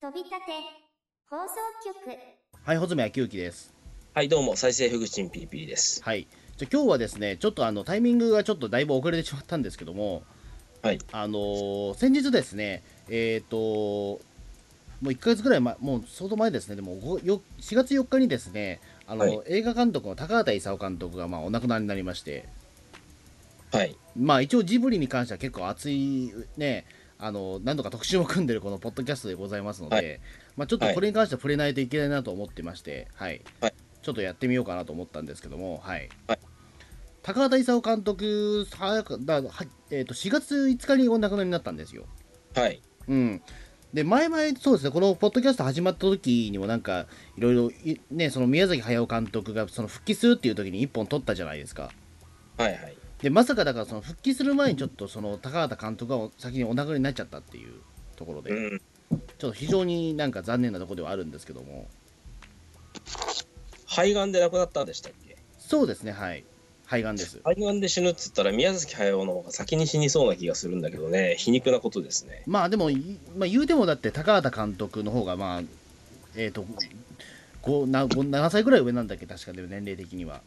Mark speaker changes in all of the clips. Speaker 1: 飛び立て放送局
Speaker 2: はい、穂積秋之です。
Speaker 3: はい、どうも、再生フグチンピーピーです。
Speaker 2: はい。じゃあ今日はですね、ちょっとあのタイミングがちょっとだいぶ遅れてしまったんですけども、
Speaker 3: はい。
Speaker 2: あのー先日ですね、えっ、と、もう1ヶ月ぐらい前、もう相当前ですね、でもごよ4月4日にですね、あの、
Speaker 3: はい
Speaker 2: 映画監督の高畑勲監督がまあお亡くなりになりまして、
Speaker 3: はい。
Speaker 2: まあ一応ジブリに関しては結構熱いね、あの何度か特集を組んでるこのポッドキャストでございますので、
Speaker 3: は
Speaker 2: まあ、ちょっとこれに関しては触れないといけないなと思ってまして、はい
Speaker 3: はい
Speaker 2: ちょっとやってみようかなと思ったんですけども、はい
Speaker 3: はい
Speaker 2: 高畑勲監督早くだは、えー、と4月5日にお亡くなりになったんですよ。
Speaker 3: はい。
Speaker 2: うん、で前々そうですねこのポッドキャスト始まった時にもなんかいろいろいねその宮崎駿監督がその復帰するっていう時に1本取ったじゃないですか。
Speaker 3: はい。はい。
Speaker 2: でまさかだからその復帰する前にちょっとその高畑監督がお先にお亡くなりになっちゃったっていうところで、
Speaker 3: う
Speaker 2: ちょ
Speaker 3: ん。
Speaker 2: っと非常になんか残念なところではあるんですけども
Speaker 3: 肺がんで亡くなったんでしたっけ
Speaker 2: そうですねはい肺がんです
Speaker 3: 肺がんで死ぬっつったら、宮崎駿の方が先に死にそうな気がするんだけどね、皮肉なことですね。
Speaker 2: まあでも、いまあ、言うてもだって高畑監督の方がまあえっ、と5な5 7歳ぐらい上なんだっけ確かで年齢的には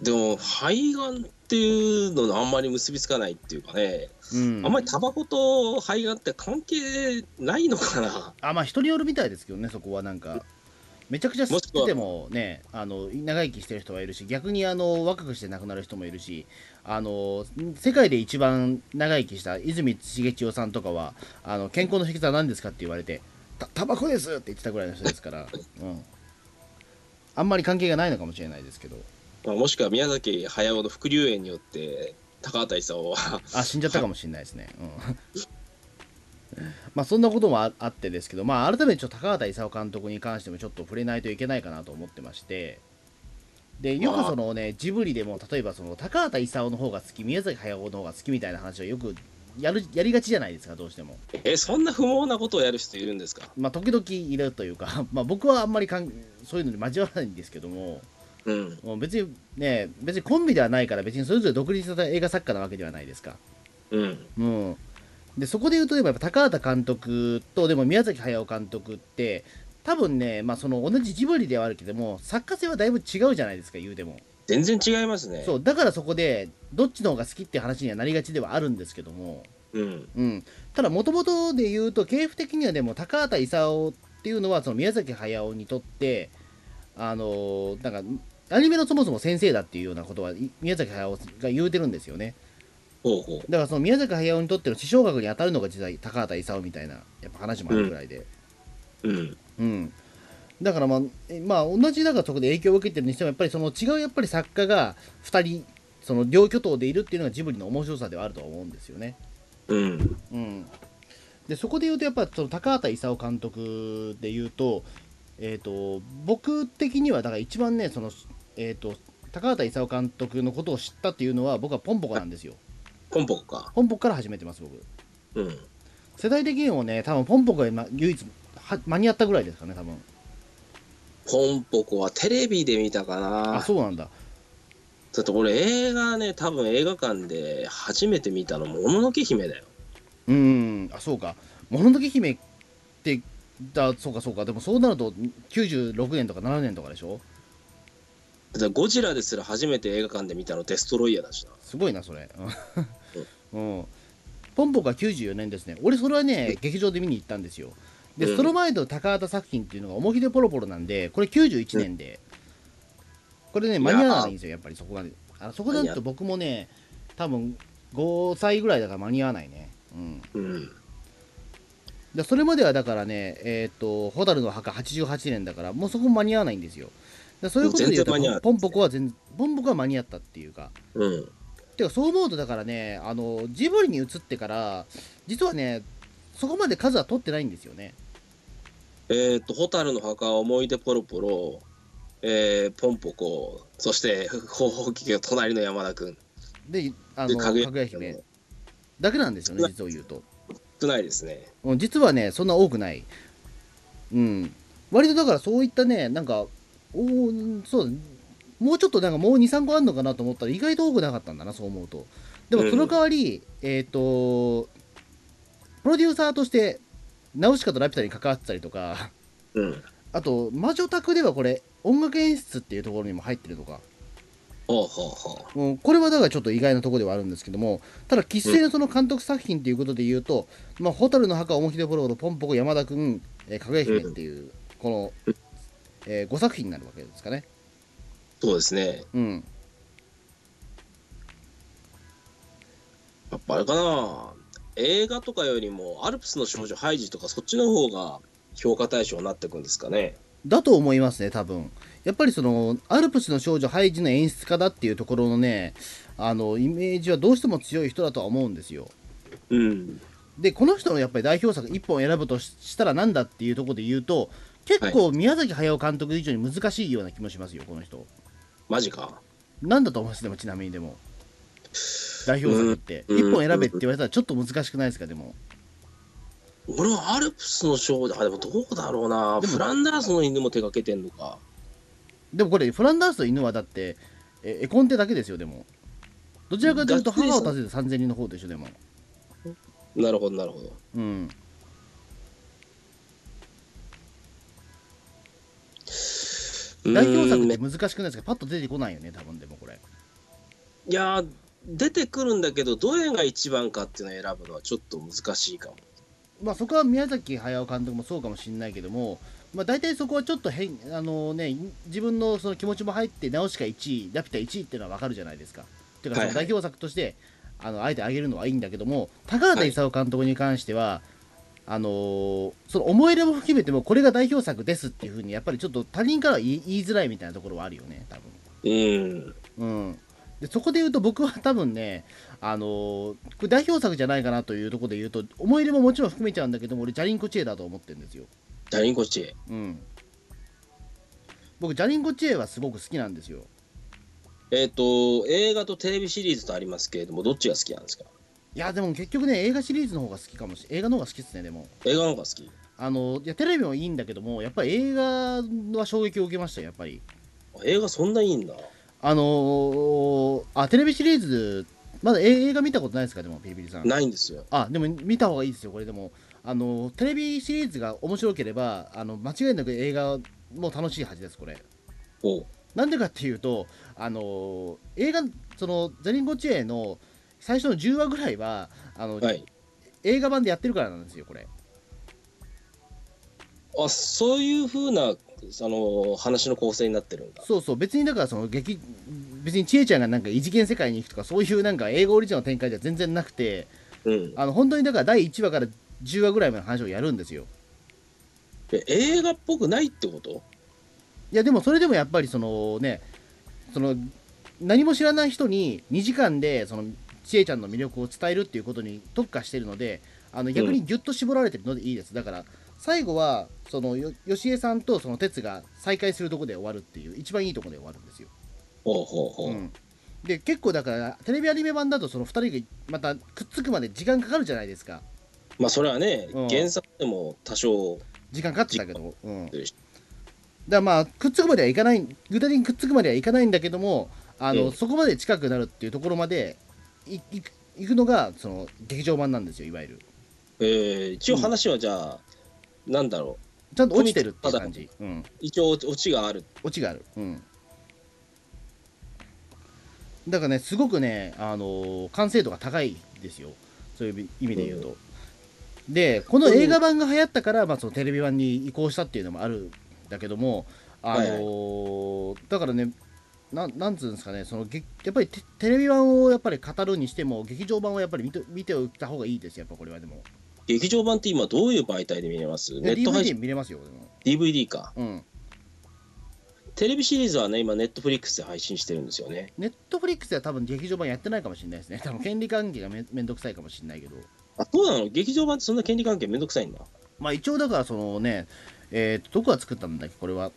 Speaker 3: でも、肺がんっていうのあんまり結びつかないっていうかね、
Speaker 2: うん
Speaker 3: あんまりタバコと肺がんって関係ないのかな。
Speaker 2: あまあ人によるみたいですけどねそこはなんかめちゃくちゃ吸っててもねあの長生きしてる人はいるし逆にあの若くして亡くなる人もいるしあの世界で一番長生きした泉重千代さんとかはあの健康の秘訣は何ですかって言われてたタバコですって言ってたぐらいの人ですから、うん、あんまり関係がないのかもしれないですけど
Speaker 3: まあ、もしくは宮崎駿の副流炎によって、高畑勲は、
Speaker 2: あ死んじゃったかもしれないですね。うんまあそんな こともああってですけど、まあ、改めてちょっと高畑勲監督に関してもちょっと触れないといけないかなと思ってましてでよくそのねジブリでも例えばその高畑勲の方が好き宮崎駿の方が好きみたいな話をよくやるやりがちじゃないですかどうしても、
Speaker 3: え、そんな不毛なことをやる人いるんですか
Speaker 2: まあ、時々いるというか、 まあ、僕はあんまりかんそういうのに交わらないんですけども
Speaker 3: うん。
Speaker 2: もう別にね別にコンビではないから別にそれぞれ独立した映画作家なわけではないですか。
Speaker 3: うん。
Speaker 2: うん、でそこで言うと、やっぱ高畑監督とでも宮崎駿監督って、多分ね、まあ、その同じジブリではあるけども、作家性はだいぶ違うじゃないですか、言うても。
Speaker 3: 全然違いますね。
Speaker 2: そうだからそこで、どっちの方が好きって話にはなりがちではあるんですけども、
Speaker 3: うん。
Speaker 2: うん、ただ、もともとで言うと、系譜的にはでも、高畑勲っていうのは、その宮崎駿にとって、あのーなんか、アニメのそもそも先生だっていうようなことは、い宮崎駿が言うてるんですよね。
Speaker 3: ほうほう。
Speaker 2: だからその宮崎駿にとっての師匠学に当たるのが実は高畑勲みたいなやっぱ話もあるぐらいで、
Speaker 3: うん。
Speaker 2: うんだからまあ、えまあ、同じだからそこで影響を受けてるにしてもやっぱりその違うやっぱり作家が2人その両巨頭でいるっていうのがジブリの面白さではあるとは思うんですよね。
Speaker 3: うん。
Speaker 2: うん、でそこで言うとやっぱその高畑勲監督で言うと,、えー、と僕的にはだから一番ねその、えー、と高畑勲監督のことを知ったっていうのは僕はポンポコなんですよ。
Speaker 3: ポンポコか。
Speaker 2: ポンポコから始めてます僕。
Speaker 3: うん。
Speaker 2: 世代的にもね、多分ポンポコが今唯一は間に合ったぐらいですかね、多分
Speaker 3: ポンポコはテレビで見たか
Speaker 2: あ
Speaker 3: な。
Speaker 2: そうなんだ。
Speaker 3: だって俺映画ね、多分映画館で初めて見たの、もののけ姫だよ。
Speaker 2: うーん、あそうか。もののけ姫って、だそうかそうか、でもそうなると96年とか7年とかでしょ
Speaker 3: だってゴジラですら初めて映画館で見たのデストロイヤーだしな。
Speaker 2: すごいな、それ。 うん。うんポンポコは94年ですね。俺、それはね、劇場で見に行ったんですよ。
Speaker 3: う
Speaker 2: で、
Speaker 3: ん
Speaker 2: その前の高畑作品っていうのが、思い出ポロポロなんで、これ91年で、これね、間に合わないんですよ、やっぱりそこまで。あそこだ
Speaker 3: 間に合
Speaker 2: と僕もね、多分5歳ぐらいだから間に合わないね。うん。
Speaker 3: うん。
Speaker 2: でそれまではだからね、えっ、と、ホタルの墓88年だから、もうそこも間に合わないんですよ。でそういうことで言うと
Speaker 3: もう全然間に合わな、い
Speaker 2: ポンポコは全、ポンポコは間に合ったっていうか。
Speaker 3: うん。
Speaker 2: てかそう思うとだからねあのジブリに移ってから実はねそこまで数は取ってないんですよね
Speaker 3: えっ、と、ホタルの墓、思い出ポロポロ、えー、ポンポコ、そして、方法機が隣の山田君。
Speaker 2: であ
Speaker 3: で、
Speaker 2: のか
Speaker 3: かぐ
Speaker 2: ぐや
Speaker 3: や
Speaker 2: 姫
Speaker 3: 姫。
Speaker 2: だけなんですよね実を言うと
Speaker 3: 少ないですね。
Speaker 2: うん実はねそんな多くないうん割とだからそういったねなんかおーそうもうちょっとなんかもう23個あんのかなと思ったら意外と多くなかったんだなそう思うとでもその代わり、えっ、とプロデューサーとしてナウシカとラピュタに関わってたりとか、
Speaker 3: うん。
Speaker 2: あと、魔女宅ではこれ、音楽演出っていうところにも入ってるとか、
Speaker 3: ほうほうほ
Speaker 2: うん、これはだからちょっと意外なところではあるんですけども、ただ、喫水のその監督作品ということで言うと、まあ、蛍の墓、重秀ボロボロ、ポンポコ、山田君、えーかぐや姫っていう、この、え5作品になるわけですかね。
Speaker 3: う。そうですね。
Speaker 2: うん。
Speaker 3: やっぱあれかな。映画とかよりも、アルプスの少女ハイジとか、そっちの方が評価対象になってくんですかね。
Speaker 2: だと思いますね、多分やっぱりその、アルプスの少女ハイジの演出家だっていうところのね、あの、イメージはどうしても強い人だとは思うんですよ。
Speaker 3: うん。
Speaker 2: でこの人のやっぱり代表作1本選ぶとししたらなんだっていうところで言うと結構宮崎駿監督以上に難しいような気もしますよこの人
Speaker 3: マジか。
Speaker 2: なんだと思いますでもちなみにでも代表作って
Speaker 3: うん
Speaker 2: 1本選べって言われたらちょっと難しくないですかでも
Speaker 3: 俺はアルプスの少女、あ、でもどうだろうな。
Speaker 2: でも
Speaker 3: フランダースの犬も手掛けてんのか。
Speaker 2: でもこれフランダースと犬はだってえ絵コンテだけですよでもどちらかというと
Speaker 3: がっつり
Speaker 2: 母を立てて3000人の方と一緒でも
Speaker 3: なるほど、なるほど。
Speaker 2: うん代表作って
Speaker 3: うん
Speaker 2: 難しくないですかパッと出てこないよね多分でもこれ
Speaker 3: いやー出てくるんだけどどれが一番かっていうのを選ぶのはちょっと難しいかも
Speaker 2: まあ、そこは宮崎駿監督もそうかもしれないけども、まあ、大体そこはちょっと変、あのね、自分のその気持ちも入って、直しか1位、ラピュタ1位っていうのは分かるじゃないですか。ていうか、
Speaker 3: は
Speaker 2: そ
Speaker 3: い
Speaker 2: の代表作として、あのあえてあげるのはいいんだけども、高畑勲監督に関しては、あのーその思い入れも含めても、これが代表作ですっていうふうに、やっぱりちょっと他人からは言い言いづらいみたいなところはあるよね、多分
Speaker 3: うん
Speaker 2: うん、でそこで言うと僕は多分ね、あのーこれ代表作じゃないかなというところで言うと思い入れももちろん含めちゃうんだけども俺ジャリンコチエだと思ってるんですよ、
Speaker 3: ジャリンコチエ
Speaker 2: うん、僕ジャリンコチエはすごく好きなんですよ
Speaker 3: えっ、と映画とテレビシリーズとありますけれどもどっちが好きなんですか
Speaker 2: いやでも結局ね映画シリーズの方が好きかもしれ映画の方が好きっすねでも
Speaker 3: 映画の方が好き
Speaker 2: あのいやテレビもいいんだけどもやっぱり映画は衝撃を受けましたよやっぱり
Speaker 3: 映画そんないいんだ
Speaker 2: あのーあテレビシリーズまだえ映画見たことないですかでもピリピリさん
Speaker 3: ないんですよ
Speaker 2: あでも見た方がいいですよこれでもあのテレビシリーズが面白ければあの間違いなく映画も楽しいはずですこれ
Speaker 3: おう
Speaker 2: なんでかっていうとあの映画その「ザリンゴチエ」の最初の10話ぐらいはあの、
Speaker 3: はい
Speaker 2: 映画版でやってるからなんですよこれ
Speaker 3: あそういうふうなあの話の構成になってるんだ
Speaker 2: そうそう別にだからその劇別にちえちゃんがなんか異次元世界に行くとかそういうなんか映画オリジナルの展開じゃ全然なくて
Speaker 3: うん
Speaker 2: あの本当にだから第1話から10話ぐらいまでの話をやるんですよ
Speaker 3: え映画っぽくないってこと
Speaker 2: いやでもそれでもやっぱりそのねその何も知らない人に2時間でそのちえちゃんの魅力を伝えるっていうことに特化してるのであの逆にギュッと絞られてるのでいいです、だから最後はそのよ吉江さんとその哲が再会するとこで終わるっていう一番いいとこで終わるんですよ、
Speaker 3: ほうほうほう、
Speaker 2: うんで結構だからテレビアニメ版だとその2人がまたくっつくまで時間かかるじゃないですか
Speaker 3: まあそれはね、
Speaker 2: うん
Speaker 3: 原作でも多少
Speaker 2: 時間かかってたけど、うん、
Speaker 3: でし
Speaker 2: だからまあくっつくまではいかない具体的にくっつくまではいかないんだけどもあの、
Speaker 3: うん
Speaker 2: そこまで近くなるっていうところまでいいく行くのがその劇場版なんですよいわゆる
Speaker 3: えー一応話はじゃあ、なんだろう
Speaker 2: ちゃんと落ちてるっていう感じ、うん、
Speaker 3: 一応オチがある
Speaker 2: 落ちがあるうんだからねすごくね、あのー完成度が高いですよそういう意味で言うと、でこの映画版が流行ったから、まあ、そのテレビ版に移行したっていうのもあるんだけどもあのーだからねななんつうんですかねそのげやっぱりテテレビ版をやっぱり語るにしても劇場版をやっぱり見て見ておいた方がいいですやっぱこれはでも
Speaker 3: 劇場版って今どういう媒体で見れますネ
Speaker 2: で
Speaker 3: ット配
Speaker 2: DVD
Speaker 3: 信
Speaker 2: 見れますよでも
Speaker 3: DVD か
Speaker 2: うん
Speaker 3: テレビシリーズはね今ネットフリックスで配信してるんですよね
Speaker 2: ネットフリックスでは多分劇場版やってないかもしれないですね多分権利関係がめめんどくさいかもしれないけど
Speaker 3: あそうなの劇場版ってそんな権利関係めんどくさいんだ
Speaker 2: まあ一応だからそのね、えーとどこが作ったんだっけこれは。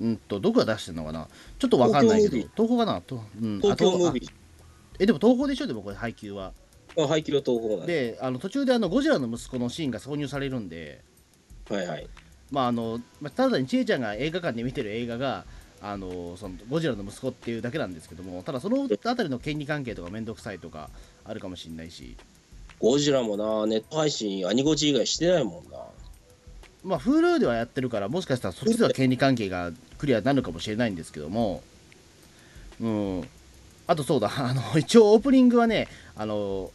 Speaker 2: うんとどこが出してるのかなちょっとわかんないけど、東宝かなと、うん、
Speaker 3: 東京ムービ
Speaker 2: ー
Speaker 3: ー
Speaker 2: え、でも東宝でしょ、でもこれ、配給は。
Speaker 3: あ廃棄の東宝なんだ
Speaker 2: で、あの途中であのゴジラの息子のシーンが挿入されるんで、
Speaker 3: はいはい
Speaker 2: まああのまあ、ただにちえちゃんが映画館で見てる映画が、あのそのゴジラの息子っていうだけなんですけども、ただそのあたりの権利関係とかめんどくさいとかあるかもしれないし、
Speaker 3: ゴジラもな、ネット配信、アニゴジ以外してないもんな。
Speaker 2: まあ、Hulu ではやってるから、もしかしたらそっちでは権利関係がクリアになるかもしれないんですけども、うん、あとそうだ、 あの一応オープニングはね、あの、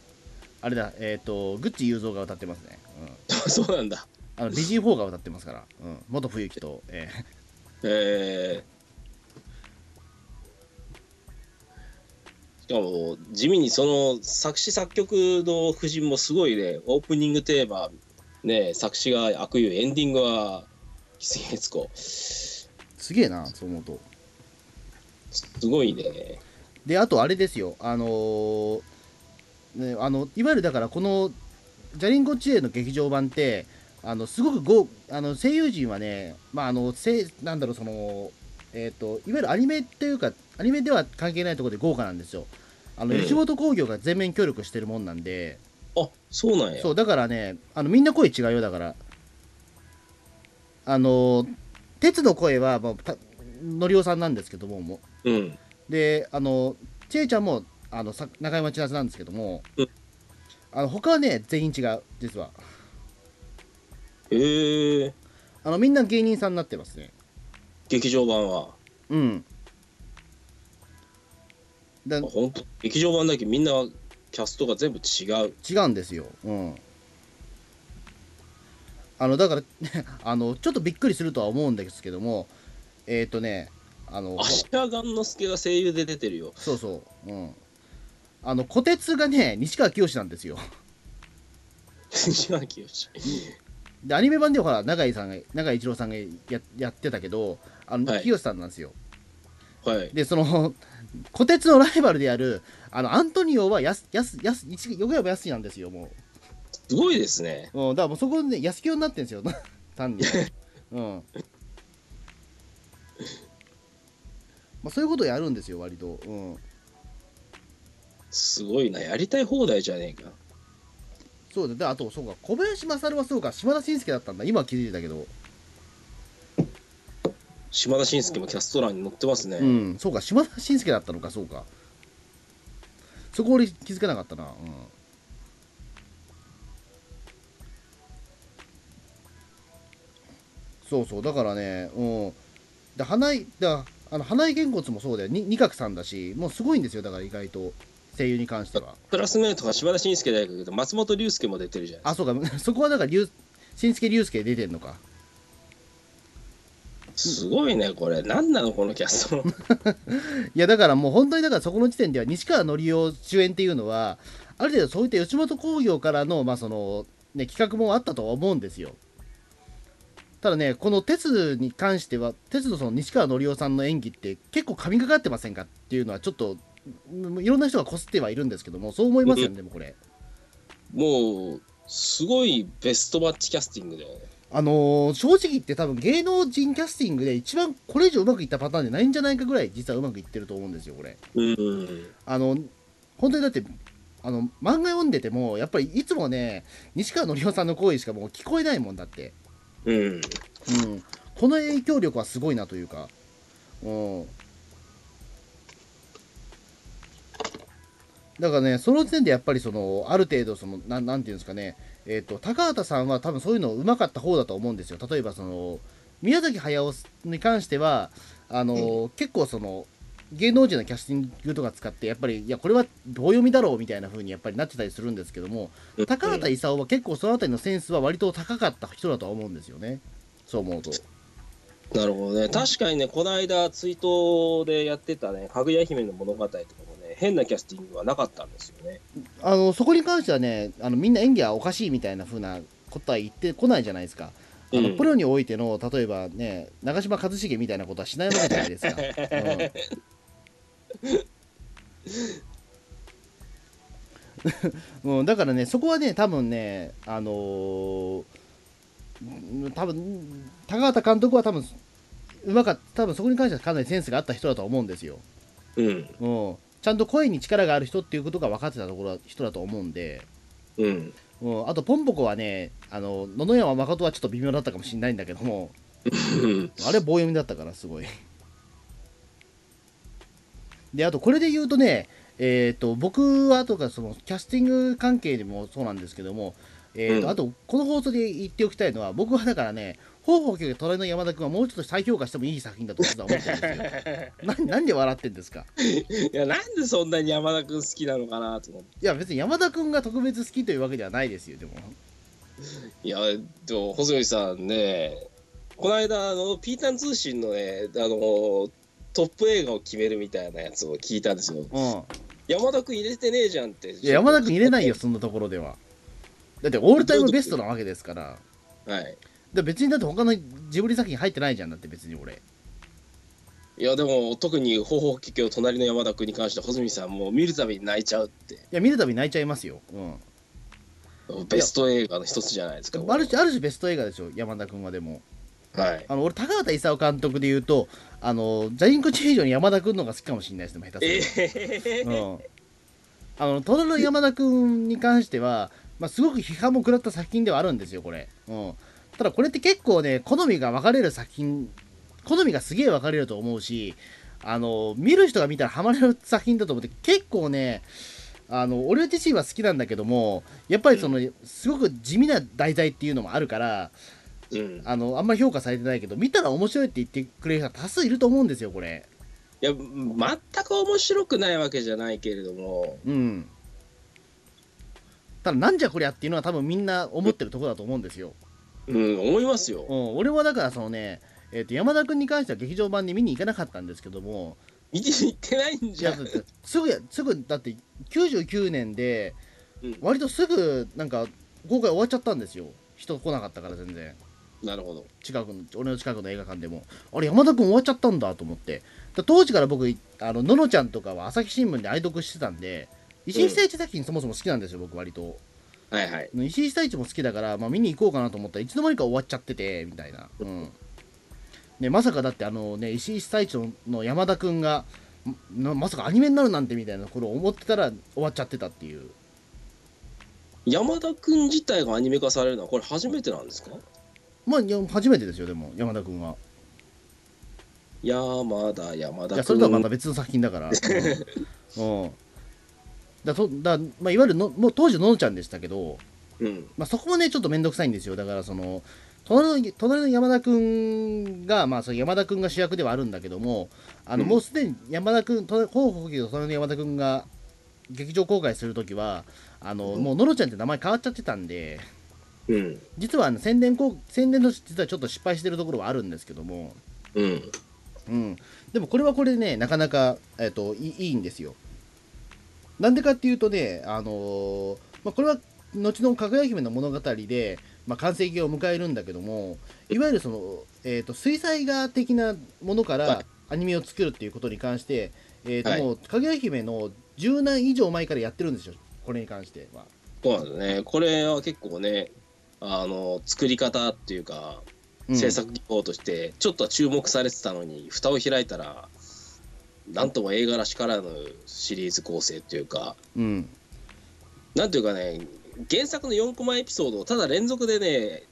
Speaker 2: あれだ、えっ、と、グッチ雄三が歌ってますね。
Speaker 3: そうなんだ。
Speaker 2: うん、あのビジー4が歌ってますから、うん、元冬樹と、えー
Speaker 3: えーしかも地味にその作詞作曲の夫人もすごいねオープニングテーマね作詞が悪友エンディングはキスゲツコす
Speaker 2: すげえな、そう思うと。
Speaker 3: ごいね
Speaker 2: で、あとあれですよ、あのーね、あのいわゆるだから、このジャリンコ知恵の劇場版って、あのすごくごあの声優陣はね、まあ、あのせなんだろう、その、えっ、と、いわゆるアニメというか、アニメでは関係ないところで豪華なんですよ。あの
Speaker 3: うん
Speaker 2: 吉本興業が全面協力してるもんなんで、
Speaker 3: あそうなんや
Speaker 2: そう、だからね、あのみんな声違うよ、だから。あのー、鉄の声は、まあ、たのりおさんなんですけども、もう
Speaker 3: うん
Speaker 2: であのちえちゃんもあのさ中山千夏なんですけども、
Speaker 3: うん
Speaker 2: あの他はね全員違う実は
Speaker 3: へえ
Speaker 2: あのみんな芸人さんになってますね
Speaker 3: 劇場版は
Speaker 2: うんだ
Speaker 3: あ本当劇場版だけみんなキャストが全部違う
Speaker 2: 違うんですようんあのだから あのちょっとびっくりするとは思うんですけどもえっ、ー、とねあの
Speaker 3: 芦屋雁之助が声優で出てるよ
Speaker 2: そうそううんあの虎鉄がね西川きよしなんですよ
Speaker 3: 西川きよし
Speaker 2: でアニメ版ではほら永井さんが永井一郎さんがややってたけどあの、
Speaker 3: はい
Speaker 2: 清さんなんですよ
Speaker 3: はい
Speaker 2: でその 虎鉄のライバルであるあのアントニオはやすやすやす一横山やすいなんですよも
Speaker 3: すごいですね
Speaker 2: う、うん、だからもうそこで、ね、安清になってんですよ 単に、うんまあ、そういうことをやるんですよ割と、うん、
Speaker 3: すごいな、やりたい放題じゃねえか。
Speaker 2: そうだであとそうか小林勝はそうか島田紳介だったんだ今は気づいたけど、
Speaker 3: 島田紳介もキャスト欄に載ってますね。
Speaker 2: うん、そうか、島田紳介だったのか、そうか。そこ俺気づかなかったな。うん。そうそう、だからね、うん。で、花井、だあの花井玄骨もそうだよ。に二角さんだし、もうすごいんですよ、だから意外と、声優に関しては。
Speaker 3: クラスメートが島田紳介だけど、松本龍介も出てるじゃない
Speaker 2: あ、そうか、 そこはだから、竜紳介、竜介出てんのか。
Speaker 3: すごいね、これ。なんなの、このキャ スト。
Speaker 2: いやだからもう本当にだからそこの時点では西川紀夫主演っていうのはある程度そういった吉本興業からの,、まあそのね、企画もあったとは思うんですよただねこの鉄に関しては鉄のその西川紀夫さんの演技って結構神がかってませんかっていうのはちょっとうんいろんな人がこすってはいるんですけどもそう思いますよねでもこれ
Speaker 3: もう、すごいベストマッチキャスティングだよね。
Speaker 2: あのー正直言って多分芸能人キャスティングで一番これ以上うまくいったパターンじゃないんじゃないかぐらい実はうまくいってると思うんですよこれ
Speaker 3: うん。
Speaker 2: あの本当にだってあの漫画読んでてもやっぱりいつもね西川のりおさんの声しかもう聞こえないもんだって、
Speaker 3: うん。
Speaker 2: うん、この影響力はすごいなというか、うん、だからねその時点でやっぱりそのある程度そのなんなんていうんですかね、えっと高畑さんは多分そういうのうまかった方だと思うんですよ例えばその宮崎駿に関してはあの、結構その芸能人のキャスティングとか使ってやっぱりいやこれは棒読みだろうみたいな風にやっぱりなってたりするんですけども高畑勲は結構そのあたりのセンスは割と高かった人だとは思うんですよねそう思うと
Speaker 3: なるほどね。確かにね、この間、追悼でやってたね、かぐや姫の物語とかもね、変なキャスティングはなかったんですよね。
Speaker 2: あのそこに関してはねあのみんな演技はおかしいみたいな風なことは言ってこないじゃないですかあの、
Speaker 3: うん
Speaker 2: プロにおいての例えばね長嶋一茂みたいなことはしないわけじゃない ですか、うん うん、だからねそこはね多分ねあのーうん多分高畑監督は多分うまかった多分そこに関してはかなりセンスがあった人だとは思うんですよ
Speaker 3: うん。
Speaker 2: うん、ちゃんと声に力がある人っていうことが分かってたところは人だと思うんで、
Speaker 3: うん。
Speaker 2: うん、あとポンポコはねあの野々山誠はちょっと微妙だったかもしれないんだけど も
Speaker 3: うん。
Speaker 2: あれ棒読みだったからすごいであとこれで言うとねえっ、と、僕はとか、その、キャスティング関係でもそうなんですけども、えーと
Speaker 3: うん
Speaker 2: あと、この放送で言っておきたいのは、僕はだからね、方法局虎の山田君はもうちょっと再評価してもいい作品だと実は思ってるんですよ。な なんで笑ってんですか
Speaker 3: いやなんでそんなに山田君好きなのかなと思って
Speaker 2: いや、別に山田君が特別好きというわけではないですよ、でも。
Speaker 3: いやでも細寄さんねこの間あのピータン通信のねあのトップ映画を決めるみたいなやつを聞いたんですよ
Speaker 2: うん。
Speaker 3: 山田君入れてねえじゃんって
Speaker 2: いや山田君入れないよそんなところではだってオールタイムベストなわけですからだか
Speaker 3: はい
Speaker 2: ら別にだって他のジブリ作品入ってないじゃんだって別に俺
Speaker 3: いやでも特に方法結局隣の山田君に関して細見さんもう見るたびに泣いちゃうって
Speaker 2: いや見るたび泣いちゃいますよう
Speaker 3: ベスト映画の一つじゃないですか
Speaker 2: んある種ある種ベスト映画でしょ山田君はでも
Speaker 3: はい
Speaker 2: あの俺高畑勲監督で言うとあのジャインコチ以上に山田君の方が好きかもしれないですね下手す
Speaker 3: え
Speaker 2: る
Speaker 3: え
Speaker 2: と、うん、あの隣の山田君に関しては、まあ、すごく批判も食らった作品ではあるんですよこれ、うん、ただこれって結構ね好みが分かれる作品好みがすげえ分かれると思うしあの見る人が見たらハマれる作品だと思って結構ねあの俺自身は好きなんだけどもやっぱりその、すごく地味な題材っていうのもあるから
Speaker 3: うん
Speaker 2: あのあんまり評価されてないけど見たら面白いって言ってくれる人は多数いると思うんですよこれ
Speaker 3: いや全く面白くないわけじゃないけれども
Speaker 2: うんただなんじゃこりゃっていうのは多分みんな思ってるところだと思うんですよ、
Speaker 3: うん思いますよ
Speaker 2: うん、俺はだからそのね、えー、と山田君に関しては劇場版に見に行かなかったんですけども、
Speaker 3: 見ていってないん
Speaker 2: い
Speaker 3: じゃ
Speaker 2: や
Speaker 3: ん
Speaker 2: すぐやすぐだって99年で
Speaker 3: うん
Speaker 2: 割とすぐなんか公開終わっちゃったんですよ人来なかったから全然
Speaker 3: なるほど
Speaker 2: 近くの俺の近くの映画館でもあれ山田君終わっちゃったんだと思ってだ当時から僕あのののちゃんとかは朝日新聞で愛読してたんで石井久一作品そもそも好きなんですよ僕割と
Speaker 3: はいはい
Speaker 2: 石井久一も好きだから、まあ、見に行こうかなと思ったらいつの間にか終わっちゃっててみたいな、うんね、まさかだってあの、ね、石井久一の山田君がんなまさかアニメになるなんてみたいなことを思ってたら終わっちゃってたっていう
Speaker 3: 山田君自体がアニメ化されるのはこれ初めてなんですか
Speaker 2: まあいや初めてですよでも山田君は
Speaker 3: 山田山
Speaker 2: いや
Speaker 3: 田
Speaker 2: それとはま
Speaker 3: 君
Speaker 2: た別の作品だ からうん、うんだとだまあ、いわゆるのもう当時ののちゃんでしたけど、
Speaker 3: うん
Speaker 2: まあ、そこもねちょっと面倒くさいんですよだからその隣の隣の山田君が、まあ、その山田君が主役ではあるんだけどもあの、
Speaker 3: うん
Speaker 2: もうすでに山田君と候補と隣の山田君が劇場公開する時はあの、
Speaker 3: うん
Speaker 2: もうののちゃんって名前変わっちゃってたんで
Speaker 3: うん
Speaker 2: 実はあの宣伝公宣伝として実はちょっと失敗してるところはあるんですけども、
Speaker 3: うん
Speaker 2: うん、でもこれはこれでねなかなか、えっといいいいんですよなんでかっていうとね、あのーまあ、これは後のかぐや姫の物語で、まあ、完成形を迎えるんだけどもいわゆるその、えっと水彩画的なものか
Speaker 3: は
Speaker 2: ら
Speaker 3: い
Speaker 2: アニメを作るっていうことに関して、えっと
Speaker 3: はい
Speaker 2: もうかぐや姫の10年以上前からやってるんですよこれに関しては。
Speaker 3: そうなんですねこれは結構ねあの作り方っていうか
Speaker 2: うん
Speaker 3: 制作技法としてちょっとは注目されてたのに蓋を開いたらなんとも映画らしからぬシリーズ構成っていうか
Speaker 2: うん
Speaker 3: なんていうかね原作の4コマエピソードをただ連続でね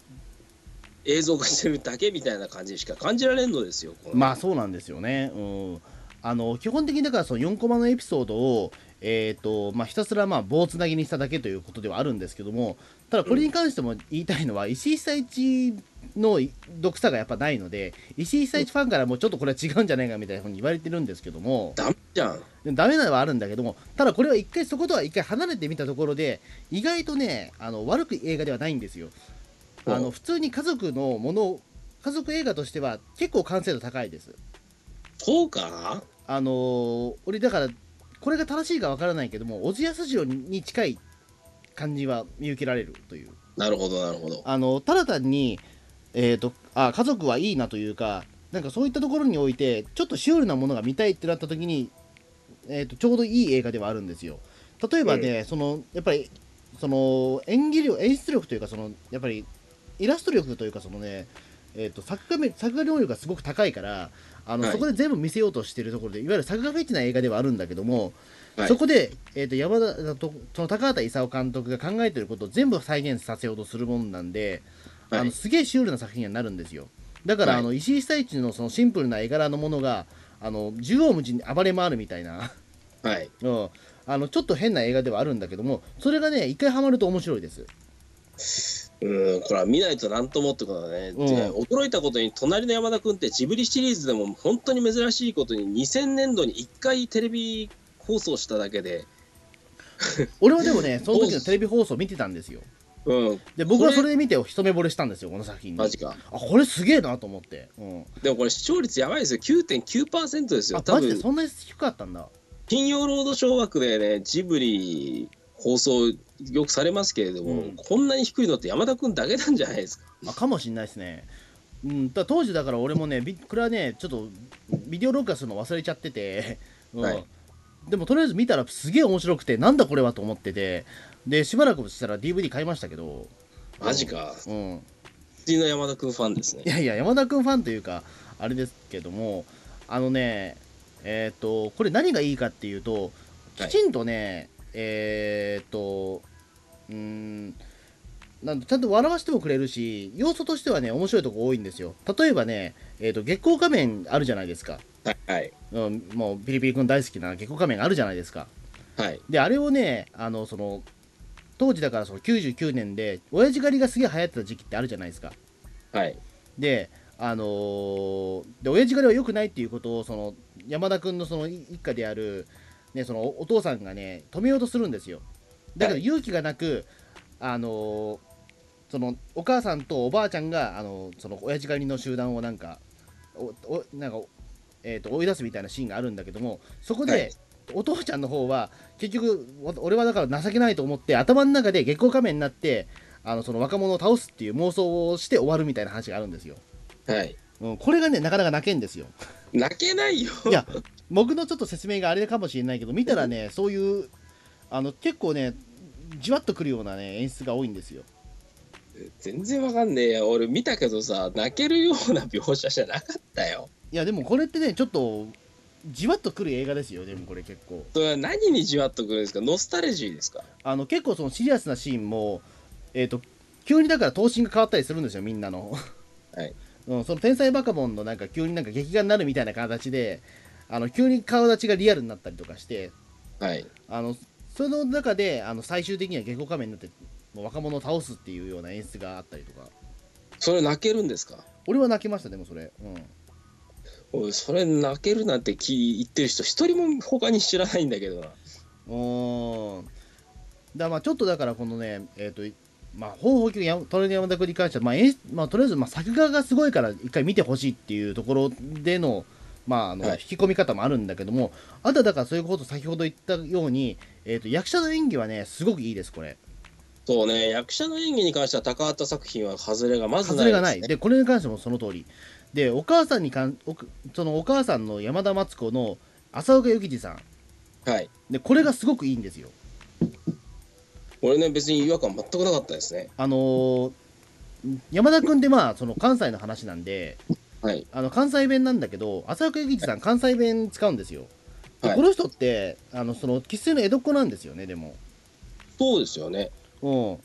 Speaker 3: 映像化してるだけみたいな感じにしか感じられんのですよ。この
Speaker 2: まあそうなんですよね。うん、あの基本的にだからその4コマのエピソードを、えーとまあ、ひたすらまあ棒つなぎにしただけということではあるんですけどもただこれに関しても言いたいのは、石井久一の独さがやっぱないので石井久一ファンからもちょっとこれは違うんじゃないかみたいなふうに言われてるんですけども
Speaker 3: ダメじゃん。
Speaker 2: でダメなのはあるんだけどもただこれは一回そことは一回離れてみたところで意外とねあの悪く映画ではないんですよ。あ
Speaker 3: う
Speaker 2: の
Speaker 3: ん
Speaker 2: 普通に家族のものを家族映画としては結構完成度高いです。
Speaker 3: そうか
Speaker 2: あのー俺だからこれが正しいかわからないけども小津安二郎に近い感じは見受けられるという
Speaker 3: なるほどなるほど。
Speaker 2: あのただ単に、えー、とあ家族はいいなというかなんかそういったところにおいてちょっとシュールなものが見たいってなった時に、えー、とちょうどいい映画ではあるんですよ例えばね、そのやっぱりその演技力演出力というかそのやっぱりイラスト力というかそのねえー、と作画め作画能力がすごく高いからあの、
Speaker 3: はい
Speaker 2: そこで全部見せようとしてるところでいわゆる作画フェチな映画ではあるんだけども、
Speaker 3: はい
Speaker 2: そこで、えー、と山田とその高畑勲監督が考えてることを全部再現させようとするもんなんで、
Speaker 3: はい
Speaker 2: あのすげえシュールな作品になるんですよだから、
Speaker 3: はい
Speaker 2: あの石井久一のそのシンプルな絵柄のものがあの縦横無尽に暴れ回るみたいな、
Speaker 3: はい。
Speaker 2: うん、あのちょっと変な映画ではあるんだけどもそれがね一回ハマると面白いです
Speaker 3: うん、これは見ないとなんともってことだね、
Speaker 2: うん
Speaker 3: で驚いたことに、隣の山田君ってジブリシリーズでも本当に珍しいことに、2000年度に1回テレビ放送しただけで、
Speaker 2: 俺はでもねその時のテレビ放送見てたんですよ
Speaker 3: うん、
Speaker 2: で僕はそれで見て一目惚れしたんですよこの作品に
Speaker 3: マジか。
Speaker 2: あこれすげえなと思って、うん、
Speaker 3: でもこれ、視聴率やばいですよ、9.9%ですよ、
Speaker 2: あ
Speaker 3: 多
Speaker 2: マジで
Speaker 3: 分
Speaker 2: そんなに低かったんだ
Speaker 3: 金曜ロードショー枠でね、ジブリ放送、よくされますけれども、
Speaker 2: うん
Speaker 3: こんなに低いのって山田君だけなんじゃないですか。
Speaker 2: あかもしんないですね。うん、だ当時だから俺もね、ビこれはね、ちょっとビデオ録画するの忘れちゃってて、 うん
Speaker 3: はい
Speaker 2: でもとりあえず見たらすげえ面白くて、なんだこれはと思ってて、で、しばらくしたら DVD 買いましたけど、
Speaker 3: マジか、
Speaker 2: うん、
Speaker 3: 普通の山田君ファンです
Speaker 2: い
Speaker 3: ね。
Speaker 2: やいや、山田君ファンというか、あれですけども、あのね、えっ、と、これ何がいいかっていうと、
Speaker 3: は
Speaker 2: き
Speaker 3: い
Speaker 2: ちんとね、えっ、と、うーん、なんちゃんと笑わせてもくれるし、要素としてはね、面白いとこ多いんですよ。例えばね、えっ、と、月光仮面あるじゃないですか。
Speaker 3: はい、はい、
Speaker 2: うん、もう、ピリピリ君大好きな月光仮面があるじゃないですか。
Speaker 3: はい、
Speaker 2: であれをねあのその当時だからその99年で親父狩りがすげえ流行ってた時期ってあるじゃないですか
Speaker 3: はい、
Speaker 2: であのーで親父狩りは良くないっていうことをその山田君のそのい一家である、ね、そのおお父さんがね止めようとするんですよだけど
Speaker 3: はい
Speaker 2: 勇気がなく、あのーそのお母さんとおばあちゃんが、あのーその親父狩りの集団をなんかおおなんか、えー、と追い出すみたいなシーンがあるんだけどもそこで、
Speaker 3: はい
Speaker 2: お父ちゃんの方は結局お俺はだから情けないと思って頭の中で月光仮面になってあのその若者を倒すっていう妄想をして終わるみたいな話があるんですよ。
Speaker 3: はい。
Speaker 2: うん、これがね、なかなか泣けんですよ。
Speaker 3: 泣けないよ。
Speaker 2: いや、僕のちょっと説明があれかもしれないけど、見たらね、そういう、あの結構ね、じわっとくるようなね、演出が多いんですよ。
Speaker 3: 全然わかんねえや俺見たけどさ泣けるような描写じゃなかったよ
Speaker 2: いや、でもこれってね、ちょっと、じわっとくる映画ですよ、でもこれ結構。
Speaker 3: それは何にじわっとくるんですかノスタルジーですか
Speaker 2: あの結構そのシリアスなシーンも、えー、と急にだから頭身が変わったりするんですよみんなの、
Speaker 3: はい
Speaker 2: うん、その天才バカボンのなんか急になんか劇画になるみたいな形であの急に顔立ちがリアルになったりとかして
Speaker 3: はい
Speaker 2: あのその中であの最終的には下校仮面になってもう若者を倒すっていうような演出があったりとか
Speaker 3: それ泣けるんですか
Speaker 2: 俺は泣きましたでもそれ、うん、
Speaker 3: おいそれ泣けるなんて聞言ってる人一人も他に知らないんだけどな
Speaker 2: うーん。だまあちょっとだからこのね、えっ、と、まあ、方法局やトレーニ山田君に関しては、まあ演出まあ、とりあえずまあ作画がすごいから一回見てほしいっていうところでの、まあ、あの
Speaker 3: はい
Speaker 2: 引き込み方もあるんだけども、あとはだからそういうこと先ほど言ったように、えっと役者の演技はねすごくいいですこれ
Speaker 3: そうね役者の演技に関しては高畑作品は外れがまず
Speaker 2: 外
Speaker 3: な
Speaker 2: れ
Speaker 3: いです、ね、
Speaker 2: がないで,、これに関してもその通りでお母さんにかんおくそのお母さんの山田敦子の浅岡幸二さん
Speaker 3: はい
Speaker 2: でこれがすごくいいんですよ
Speaker 3: 俺ね別に違和感全くなかったですね
Speaker 2: あのー山田君ってまあその関西の話なんで
Speaker 3: はい
Speaker 2: あの関西弁なんだけど浅岡幸二さん関西弁使うんですよ、で
Speaker 3: はい
Speaker 2: この人ってあのその生粋の江戸っ子なんですよねでも
Speaker 3: そうですよね
Speaker 2: うん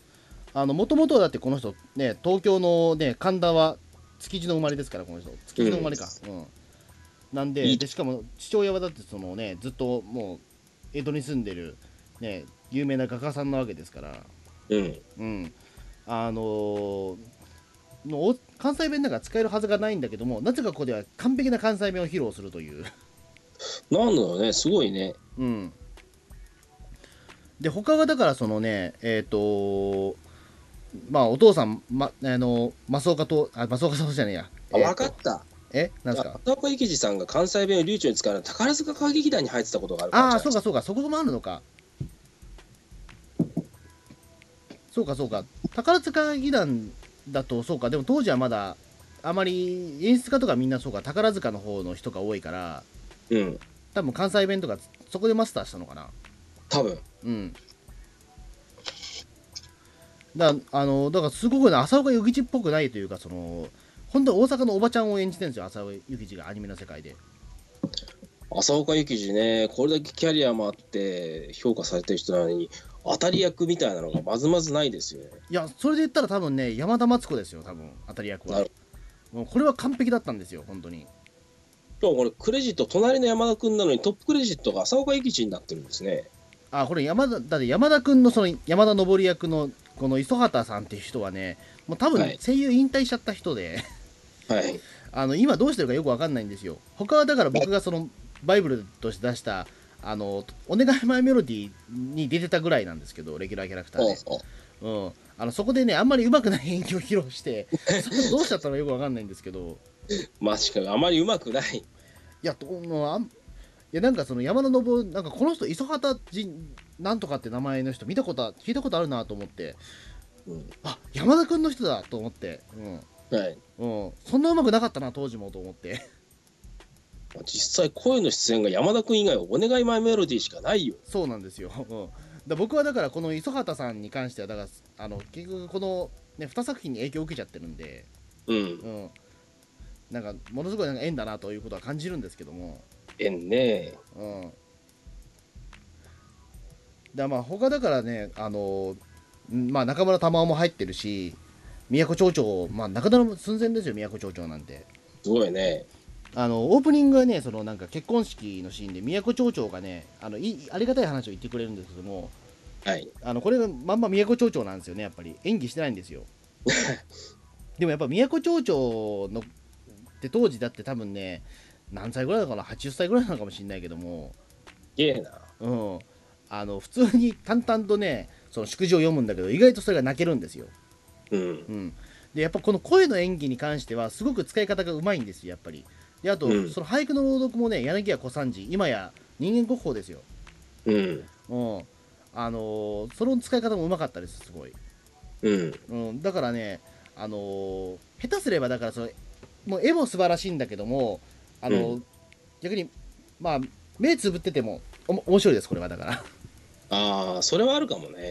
Speaker 2: あの元々はだってこの人ね東京のね神田は築地の生まれですからこの人築地の生まれかうん、なんで
Speaker 3: いい
Speaker 2: でしかも父親はだってそのねずっともう江戸に住んでるね有名な画家さんなわけですから
Speaker 3: うん
Speaker 2: うん、あのーのお関西弁なんか使えるはずがないんだけどもなぜかここでは完璧な関西弁を披露するという、
Speaker 3: なんだろうねすごいね
Speaker 2: うん、で他がだからそのねえっ、とまあお父さん、ま、あの増岡とあ増岡さんじゃねえや
Speaker 3: あ
Speaker 2: えーと
Speaker 3: 分かった
Speaker 2: えなんですか
Speaker 3: 片岡幸二さんが関西弁を流暢に使うのは宝塚歌劇団に入ってたことがあるから
Speaker 2: あ
Speaker 3: じゃ
Speaker 2: あ
Speaker 3: ない
Speaker 2: そうかそうかそこもあるのかそうかそうか宝塚劇団だとそうかでも当時はまだあまり演出家とかみんなそうか宝塚の方の人が多いから
Speaker 3: うん
Speaker 2: 多分関西弁とかそこでマスターしたのかな
Speaker 3: 多分
Speaker 2: うんだあのだからすごくね浅岡幸二っぽくないというかその本当は大阪のおばちゃんを演じてるんですよ浅岡幸二がアニメの世界で
Speaker 3: 浅岡幸二ねこれだけキャリアもあって評価されてる人なのに当たり役みたいなのがまずまずないですよね
Speaker 2: いやそれで言ったら多分ね山田敦子ですよ多分当たり役
Speaker 3: な
Speaker 2: は
Speaker 3: る
Speaker 2: もうこれは完璧だったんですよ本当に
Speaker 3: 今日これクレジット隣の山田君なのにトップクレジットが浅岡幸二になってるんですね
Speaker 2: あこれ山田だって山田君のその山田昇役のこの磯畑さんっていう人はねもう多
Speaker 3: は
Speaker 2: 分
Speaker 3: い
Speaker 2: 声優引退しちゃった人で、
Speaker 3: はい
Speaker 2: あの今どうしてるかよくわかんないんですよ他はだから僕がそのバイブルとして出したあのお願いマイメロディーに出てたぐらいなんですけどレギュラーキャラクター
Speaker 3: ほう
Speaker 2: で、
Speaker 3: ほ
Speaker 2: うん、あのそこでねあんまり上手くない演技を披露して それどうしちゃったのかよくわかんないんですけど
Speaker 3: うまあしかもあまりうまくない
Speaker 2: いやともうあんいやなんかその山田信夫なんかこの人磯畑仁なんとかって名前の人見たことあ聞いたことあるなと思って
Speaker 3: うん
Speaker 2: あ山田君の人だと思って、
Speaker 3: はい
Speaker 2: うんうん、そんな上手くなかったな当時もと思って
Speaker 3: 実際声の出演が山田君以外はお願いマイメロディーしかないよ
Speaker 2: そうなんですよ。うん、だ僕はだからこの磯畑さんに関してはだからあの結局この、ね、2作品に影響を受けちゃってるんで、
Speaker 3: うん
Speaker 2: うん、なんかものすごいなんか縁だなということは感じるんですけども、
Speaker 3: えんね
Speaker 2: うん、だまあ他だからねあの、んまあ、中村玉緒も入ってるし都町長、まあ、中田の寸前ですよ都町長なんて。
Speaker 3: すごいね
Speaker 2: あのオープニングはねそのなんか結婚式のシーンで都町長がねあのいいありがたい話を言ってくれるんですけども
Speaker 3: はい
Speaker 2: あのこれがまんま都町長なんですよねやっぱり演技してないんですよでもやっぱ都町長のって当時だって多分ね何歳ぐらいなのかな80歳ぐらいなのかもしれないけども
Speaker 3: げえな
Speaker 2: うんあの普通に淡々とねその祝辞を読むんだけど意外とそれが泣けるんですよ、
Speaker 3: うん
Speaker 2: うん、でやっぱこの声の演技に関してはすごく使い方がうまいんですよやっぱりであと、
Speaker 3: うん
Speaker 2: その俳句の朗読もね柳家小三治今や人間国宝ですよ
Speaker 3: うん
Speaker 2: うんあのーその使い方もうまかったですすごい
Speaker 3: うん
Speaker 2: うん、だからね、あのー下手すればだからそのもう絵も素晴らしいんだけども、あのー
Speaker 3: う
Speaker 2: 逆に、まあ、目つぶっててもおも面白いですこれはだから、
Speaker 3: ああそれはあるかもね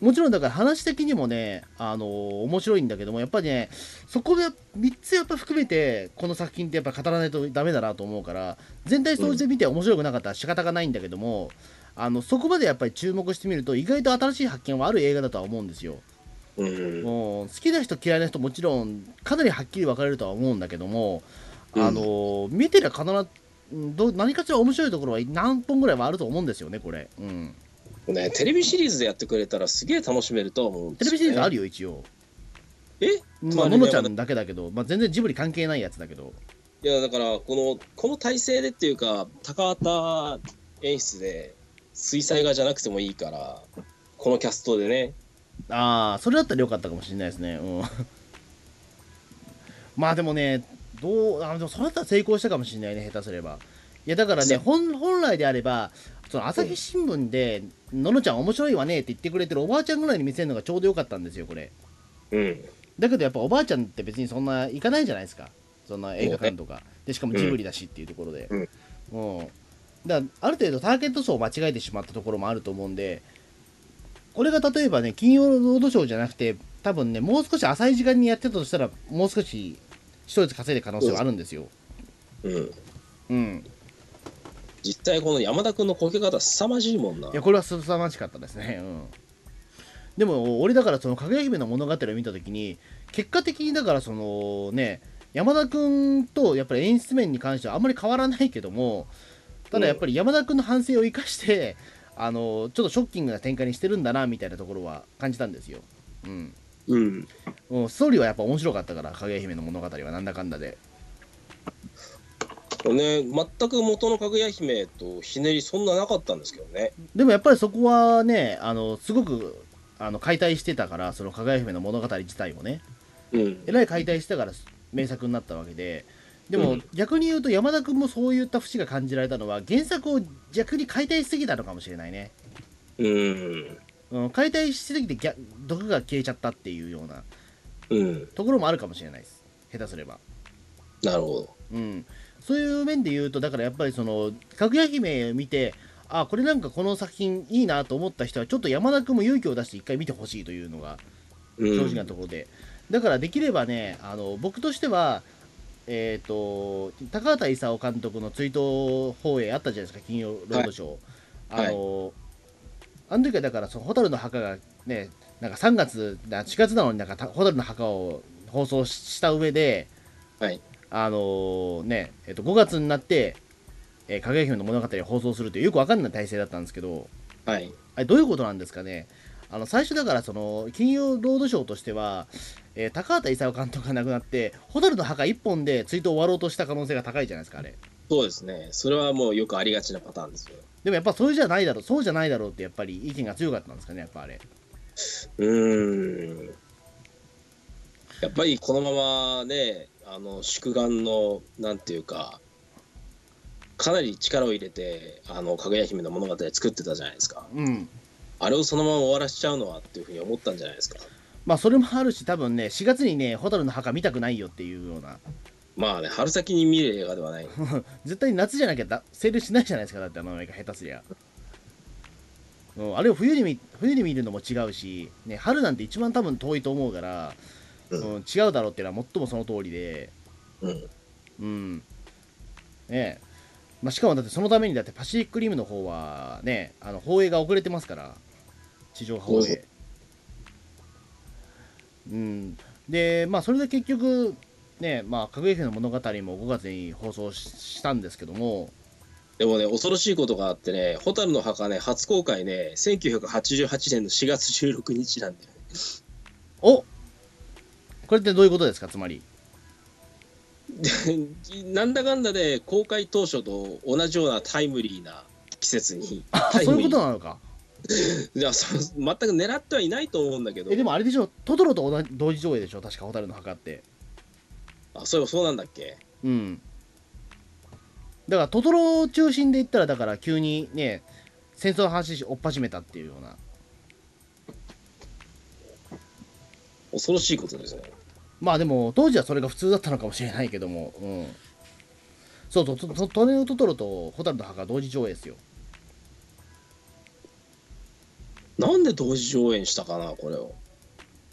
Speaker 2: うん、もちろんだから話的にもね、あのー面白いんだけどもやっぱりねそこが3つやっぱ含めてこの作品ってやっぱ語らないとダメだなと思うから全体総じて見て面白くなかったら仕方がないんだけども、あのそこまでやっぱり注目してみると意外と新しい発見はある映画だとは思うんですよ。
Speaker 3: うん
Speaker 2: もう好きな人嫌いな人もちろんかなりはっきり分かれるとは思うんだけども、
Speaker 3: うん
Speaker 2: あの見てりゃ必ずうんどう何かしら面白いところは何本ぐらいはあると思うんですよねこれ、うん、
Speaker 3: ねテレビシリーズでやってくれたらすげえ楽しめると思うん
Speaker 2: テ
Speaker 3: で
Speaker 2: レ
Speaker 3: す
Speaker 2: ビ
Speaker 3: よ
Speaker 2: シリ
Speaker 3: ね
Speaker 2: ーズあるよ一応、
Speaker 3: え
Speaker 2: まあ
Speaker 3: 隣
Speaker 2: の
Speaker 3: の
Speaker 2: のちゃんだけだけど、まあ、全然ジブリ関係ないやつだけど
Speaker 3: いやだからこのこの体制でっていうか高畑演出で水彩画じゃなくてもいいからこのキャストでね
Speaker 2: ああそれだったらよかったかもしれないですねうん まあでもねどうあでもそれだったら成功したかもしれないね下手すればいやだからね
Speaker 3: そう
Speaker 2: 本本来であればその朝日新聞で「ののちゃん面白いわね」って言ってくれてるおばあちゃんぐらいに見せるのがちょうどよかったんですよこれ
Speaker 3: うん
Speaker 2: だけどやっぱおばあちゃんって別にそんな行かないじゃないですかそんな映画館とかでしかもジブリだしっていうところで
Speaker 3: うん
Speaker 2: うんだからある程度ターゲット層を間違えてしまったところもあると思うんでこれが例えばね金曜ロードショーじゃなくて多分ねもう少し浅い時間にやってたとしたらもう少し視聴率稼いで可能性はあるんですよ
Speaker 3: うん
Speaker 2: うん
Speaker 3: 実際この山田君のこけ方凄まじいもんない
Speaker 2: やこれはすさまじかったですねうんでも俺だからその「かぐや姫の物語」を見た時に結果的にだからそのね山田君とやっぱり演出面に関してはあんまり変わらないけどもただやっぱり山田君の反省を生かしてあのちょっとショッキングな展開にしてるんだなみたいなところは感じたんですようん
Speaker 3: うん
Speaker 2: うんストーリーはやっぱ面白かったから「かぐや姫の物語」はなんだかんだで
Speaker 3: ね全く元のかぐや姫とひねりそんななかったんですけどね
Speaker 2: でもやっぱりそこはねあのすごくあの解体してたからその「かぐや姫の物語」自体もね
Speaker 3: うん
Speaker 2: えらい解体したから名作になったわけでで
Speaker 3: う
Speaker 2: も
Speaker 3: ん
Speaker 2: 逆に言うと山田君もそういった節が感じられたのは原作を逆に解体しすぎたのかもしれないね、
Speaker 3: うん
Speaker 2: うん、解体しすぎて逆毒が消えちゃったっていうような
Speaker 3: うん
Speaker 2: ところもあるかもしれないです下手すれば、
Speaker 3: なるほど
Speaker 2: うん、そういう面で言うとだからやっぱりその「かぐや姫」を見てあこれなんかこの作品いいなと思った人はちょっと山田君も勇気を出して一回見てほしいというのが
Speaker 3: うん
Speaker 2: 正直なところで、だからできればねあの僕としてはえっ、と高畑勲監督の追悼放映あったじゃないですか金曜ロードショー、
Speaker 3: はい
Speaker 2: あの、あの時はだからその蛍の墓がねなんか3月だ4月なのになんかた蛍の墓を放送しした上で
Speaker 3: はい
Speaker 2: あのねえっと5月になってえーかぐや姫の物語を放送するというよくわかんない体制だったんですけど、
Speaker 3: はい。
Speaker 2: あれどういうことなんですかね、あの最初だから、その金曜ロードショーとしては、えー高畑勲監督が亡くなって、蛍の墓一本で追悼終わろうとした可能性が高いじゃないですか、あれ。
Speaker 3: そうですね。それはもうよくありがちなパターンですよ。
Speaker 2: でもやっぱそれじゃないだろう、そうじゃないだろうってやっぱり意見が強かったんですかね、やっぱあれ。
Speaker 3: うーん。やっぱりこのままね、あの祝願の、なんていうか、かなり力を入れて、あのかぐや姫の物語作ってたじゃないですか。
Speaker 2: うん。
Speaker 3: あれをそのまま終わらしちゃうのはっていうふうに思ったんじゃないですか。
Speaker 2: まあそれもあるし、多分ね、4月にね、蛍の墓見たくないよっていうような、
Speaker 3: まあね、春先に見る映画では ない。
Speaker 2: 絶対夏じゃなきゃだセールしないじゃないですか、だってあの映画下手すりゃ。うん、あれを冬に見冬に見るのも違うし、ね、春なんて一番多分遠いと思うから、う
Speaker 3: うんん
Speaker 2: 違うだろうっていうのは最もその通りで、
Speaker 3: うん。
Speaker 2: うん。ねえまあ、しかもだってそのためにだってパシフィックリムの方はね、あの放映が遅れてますから、地上波放
Speaker 3: そうそ
Speaker 2: 映。うん。で、まあそれで結局、ね、まあ、かぐや姫の物語も5月に放送ししたんですけども、
Speaker 3: でもね、恐ろしいことがあってね、蛍の墓ね、初公開ね、1988年の4月16日なんだよ。
Speaker 2: おこれってどういうことですか、つまり。
Speaker 3: で なんだかんだで公開当初と同じようなタイムリーな季節に
Speaker 2: あ
Speaker 3: タイ
Speaker 2: そう
Speaker 3: ム
Speaker 2: いう
Speaker 3: リー
Speaker 2: ことなのか。
Speaker 3: いやそう全く狙ってはいないと思うんだけど
Speaker 2: え、でもあれでしょ、トトロと同じ同時上映でしょ、確か、蛍の墓って。
Speaker 3: あそういえばそうなんだっけ
Speaker 2: うん。だから、トトロを中心で言ったら、だから急にね、戦争の話し追っ始めたっていうような。
Speaker 3: 恐ろしいことですね
Speaker 2: まあでも、当時はそれが普通だったのかもしれないけども、うん。そうそう、トトトネオトトロと蛍の墓同時上映ですよ。
Speaker 3: なんで同時上演したかなこれを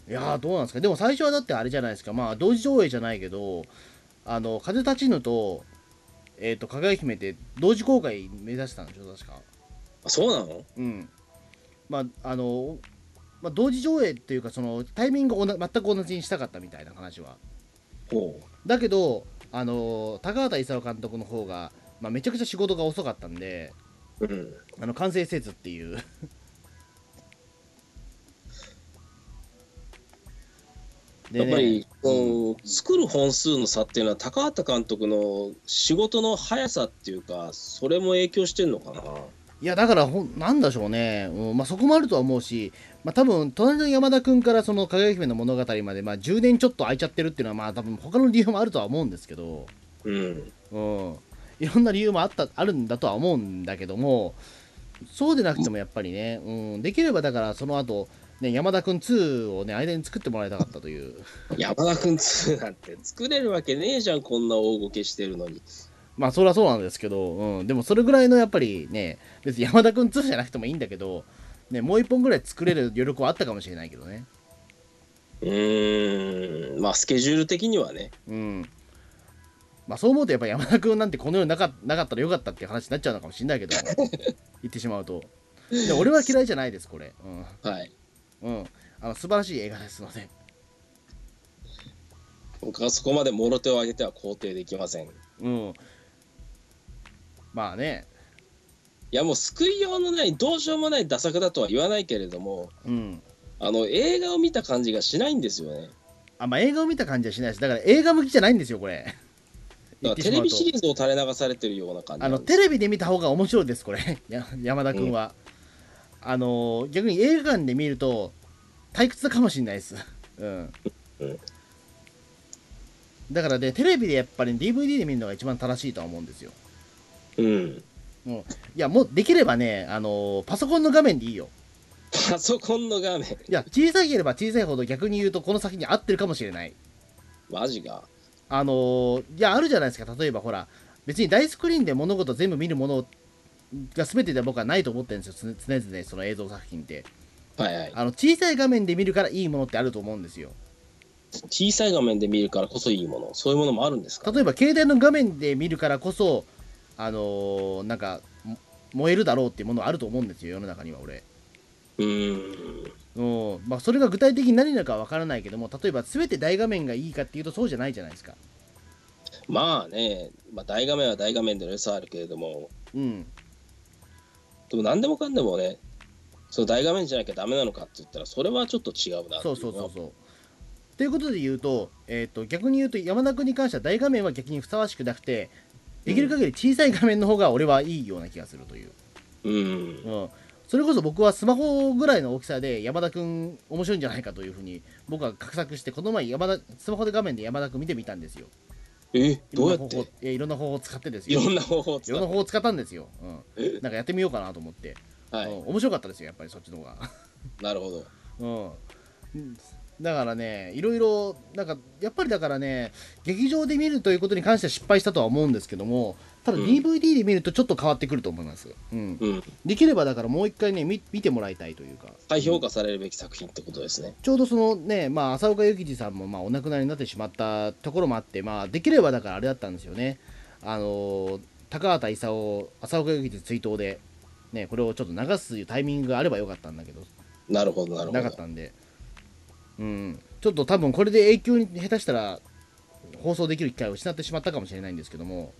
Speaker 2: いやーどうなんですかでも最初はだってあれじゃないですかまあ同時上映じゃないけどあの風立ちぬとえっ、とかぐや姫って同時公開目指してたんでしょ確か
Speaker 3: あそうなの
Speaker 2: うんまああの、まあ、同時上映っていうかそのタイミングをおな全く同じにしたかったみたいな話は
Speaker 3: ほう
Speaker 2: だけどあの高畑勲監督の方が、まあ、めちゃくちゃ仕事が遅かったんで
Speaker 3: うん、
Speaker 2: あの完成せずっていう で
Speaker 3: や
Speaker 2: ね
Speaker 3: っぱり、こう作る本数の差っていうのは高畑監督の仕事の速さっていうかそれも影響してんのかない
Speaker 2: やだからほんなんだしょうね、うんまあ、そこもあるとは思うし、まあ、多分隣の山田君からその「かぐや姫の物語」まで、まあ、10年ちょっと空いちゃってるっていうのはまあ多分他の理由もあるとは思うんですけど、
Speaker 3: うん
Speaker 2: うん、いろんな理由もあったあるんだとは思うんだけどもそうでなくてもやっぱりね、うん、できればだからその後、ね山田君2をね間に作ってもらいたかったという。
Speaker 3: 山田君2なんて作れるわけねえじゃんこんな大ごけしてるのに
Speaker 2: まあそりゃそうなんですけど、うん、でもそれぐらいのやっぱりね、別に山田君2じゃなくてもいいんだけど、ね、もう一本ぐらい作れる余力はあったかもしれないけどね。
Speaker 3: うーんまあスケジュール的にはね
Speaker 2: うん。まあそう思うとやっぱ山田君なんてこの世になかなかったらよかったっていう話になっちゃうのかもしれないけど、言ってしまうと。で俺は嫌いじゃないです、これ。
Speaker 3: はい
Speaker 2: うん。うん。あの素晴らしい映画ですので。
Speaker 3: 僕はそこまでもろ手を挙げては肯定できませんい
Speaker 2: うん。まあね、
Speaker 3: やもう救いようのないどうしようもない打作だとは言わないけれども
Speaker 2: うん。
Speaker 3: あの映画を見た感じがしないんですよね
Speaker 2: あ、まあ映画を見た感じはしないし、だから映画向きじゃないんですよ、これ。言っ
Speaker 3: だから
Speaker 2: てし
Speaker 3: テ
Speaker 2: まう
Speaker 3: レ
Speaker 2: と
Speaker 3: ビシリーズを垂れ流されてるような感じ
Speaker 2: あ
Speaker 3: な
Speaker 2: の
Speaker 3: んです
Speaker 2: テレビで見た方が面白いです、これ、 や山田君は。あの逆に映画館で見ると退屈かもしれないです。うん
Speaker 3: うん
Speaker 2: だからね、テレビでやっぱり DVD で見るのが一番正しいとは思うんですよ。
Speaker 3: うん
Speaker 2: うん、いや、もうできればね、あのパソコンの画面でいいよ。
Speaker 3: パソコンの画面
Speaker 2: いや、小さければ小さいほど逆に言うと、この先に合ってるかもしれない。
Speaker 3: マジか
Speaker 2: あのーいやあるじゃないですか例えばほら別に大スクリーンで物事全部見るものが全てでは僕はないと思ってるんですよ常常々その映像作品って
Speaker 3: はいはい
Speaker 2: あの小さい画面で見るからいいものってあると思うんですよ
Speaker 3: 小さい画面で見るからこそいいものそういうものもあるんですか
Speaker 2: 例えば携帯の画面で見るからこそあのーなんかも燃えるだろうっていうものはあると思うんですよ世の中には俺
Speaker 3: うーん
Speaker 2: うんまあ、それが具体的に何なのかは分からないけども例えば全て大画面がいいかっていうとそうじゃないじゃないですか
Speaker 3: まあね、まあ、大画面は大画面での良さはあるけれども、
Speaker 2: うん
Speaker 3: でも何でもかんでもね、その大画面じゃなきゃダメなのかって言ったら、それはちょっと違うなって
Speaker 2: そ
Speaker 3: いう
Speaker 2: そう
Speaker 3: の
Speaker 2: そう
Speaker 3: は
Speaker 2: そう。ということで言うと,、えー、と逆に言うと山田君に関しては大画面は逆にふさわしくなくてできる限り小さい画面の方が俺はいいような気がするという、
Speaker 3: うん。
Speaker 2: うん、それこそ僕はスマホぐらいの大きさで山田君面白いんじゃないかというふうに僕は画策してこの前山田スマホで画面で山田君見てみたんですよ
Speaker 3: え、
Speaker 2: い
Speaker 3: ど
Speaker 2: ろ
Speaker 3: うんや
Speaker 2: な方
Speaker 3: って
Speaker 2: 法えいろんな方法を使ってです
Speaker 3: い
Speaker 2: よ
Speaker 3: ろんな方法を
Speaker 2: い
Speaker 3: 使
Speaker 2: ろ
Speaker 3: っ
Speaker 2: んな
Speaker 3: て。
Speaker 2: 方法を使ったんですよ、うん、なんかやってみようかなと思って、
Speaker 3: は
Speaker 2: う
Speaker 3: い。
Speaker 2: ん面白かったですよやっぱりそっちの方が
Speaker 3: なるほど。
Speaker 2: うん、だからね、いろいろ、なんかやっぱりだからね、劇場で見るということに関しては失敗したとは思うんですけども、ただ
Speaker 3: うん
Speaker 2: DVD で見るとちょっと変わってくると思います。うん、
Speaker 3: うん。
Speaker 2: できればだからもう一回ね見、見てもらいたいというか、
Speaker 3: 再評価されるべき作品ってことですね。
Speaker 2: ちょうどそのね、まあ、浅岡幸二さんもまあお亡くなりになってしまったところもあって、まあ、できればだからあれだったんですよね、あの高畑勲、浅岡幸二追悼で、ね、これをちょっと流すタイミングがあればよかったんだけど、
Speaker 3: なるほど、なるほど。
Speaker 2: なかったんで、うん、ちょっと多分これで永久に下手したら放送できる機会を失ってしまったかもしれないんですけども、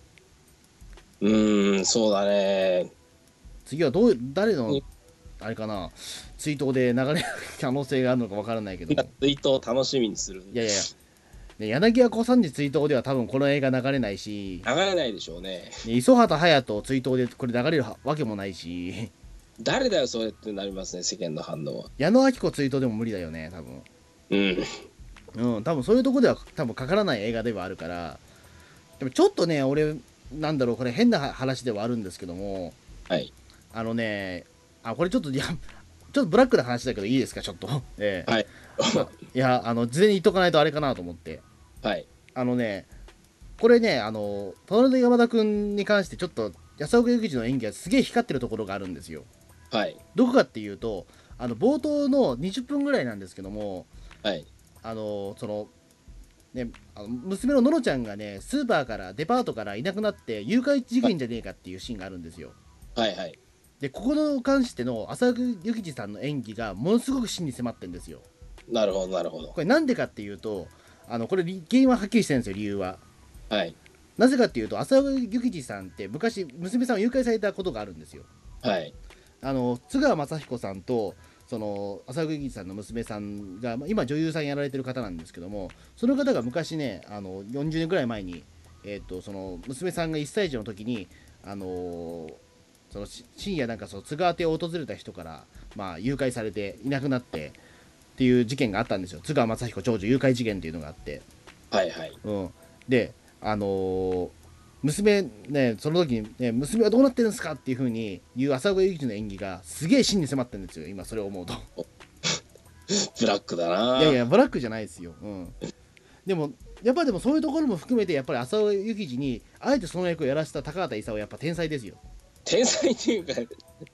Speaker 3: うーん、そうだね。
Speaker 2: 次はどう誰の
Speaker 3: うん
Speaker 2: あれかな、追悼で流れる可能性があるのかわからないけども、
Speaker 3: ツイートを楽しみにする。
Speaker 2: いやいや、ね、柳家小三治追悼では多分この映画流れないし、
Speaker 3: 流れないでしょうね。
Speaker 2: ね磯畑隼人追悼でこれ流れるわけもないし、
Speaker 3: 誰だよ、それってなりますね、世間の反応は。
Speaker 2: 矢野明子追悼でも無理だよね、多分
Speaker 3: うん。
Speaker 2: うん、多分そういうとこでは多分かからない映画ではあるからでもちょっとね俺なんだろうこれ変な話ではあるんですけども
Speaker 3: はい。
Speaker 2: あのねあこれちょっといやちょっ とブラックな話だけどいいですかちょっと ええ
Speaker 3: はい。
Speaker 2: いやあの事前に言っとかないとあれかなと思って
Speaker 3: はい。
Speaker 2: あのねこれねあの隣の山田君に関してちょっと安岡幸二の演技がすげえ光ってるところがあるんですよ
Speaker 3: はい。
Speaker 2: どこかっていうとあの冒頭の20分ぐらいなんですけども
Speaker 3: はい。
Speaker 2: あのそのねあの娘のののちゃんがねスーパーからデパートからいなくなって誘拐事件じゃねえかっていうシーンがあるんですよ
Speaker 3: はい。はい。
Speaker 2: でここの関しての浅岡幸二さんの演技がものすごく真に迫ってんですよ
Speaker 3: なるほど、なるほど。
Speaker 2: これなんでかっていうとあのこれ理原因ははっきりしてるんですよ理由は
Speaker 3: はい。
Speaker 2: なぜかっていうと浅岡幸二さんって昔娘さんを誘拐されたことがあるんですよ
Speaker 3: はい。
Speaker 2: あの津川雅彦さんとその浅岡貴さんの娘さんがまあ今女優さんやられてる方なんですけどもその方が昔ねあの40年ぐらい前に、えっとその娘さんが1歳児の時にあのーそのし深夜なんかその津川邸を訪れた人から、まあ、誘拐されていなくなってっていう事件があったんですよ津川雅彦長女誘拐事件っていうのがあって。
Speaker 3: はい。はい。
Speaker 2: うん、であのー娘ねその時に、ね「娘はどうなってるんですか?」っていうふうに言う浅岡由紀の演技がすげえ真に迫ってるんですよ今それを思うと
Speaker 3: ブラックだな。
Speaker 2: いやいやブラックじゃないですよ、うん、でもやっぱでもそういうところも含めてやっぱり浅岡由紀にあえてその役をやらせた高畑勲はやっぱ天才ですよ
Speaker 3: 天才っていうか、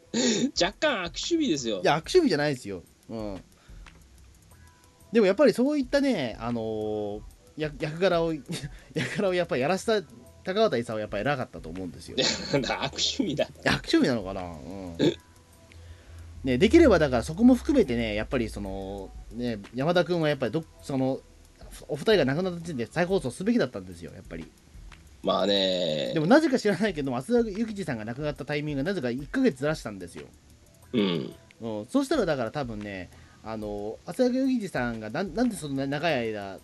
Speaker 3: 若干悪趣味ですよ
Speaker 2: い。や悪趣味じゃないですよ、うん、でもやっぱりそういったねあのーや役柄を 役柄をやっぱりやらせた高畑勲はやっぱ偉かったと思うんですよ
Speaker 3: なんだ 悪趣味だ。
Speaker 2: 役所日なのかな、うんね、できればだからそこも含めてねやっぱりその、ね、山田君はやっぱりどそのお二人が亡くなった時点で再放送すべきだったんですよやっぱり
Speaker 3: まあね
Speaker 2: で。もなぜか知らないけど松田幸二さんが亡くなったタイミングがなぜか1ヶ月ずらしたんですよ、
Speaker 3: うん。
Speaker 2: うん、そうしたらだから多分ねあの松田幸二さんがなんなんでそんな長い間、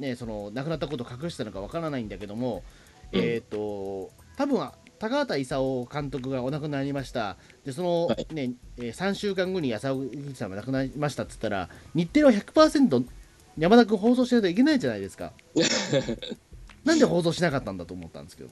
Speaker 2: ね、その亡くなったことを隠したのかわからないんだけども、
Speaker 3: うん
Speaker 2: えっ、と多分高畑勲監督がお亡くなりになりましたでその、
Speaker 3: はい
Speaker 2: ねえー3週間後に安田義さんが亡くなりましたっつったら日程は100%山田君放送しないといけないじゃないです かなんで放送しなかったんだと思ったんですけど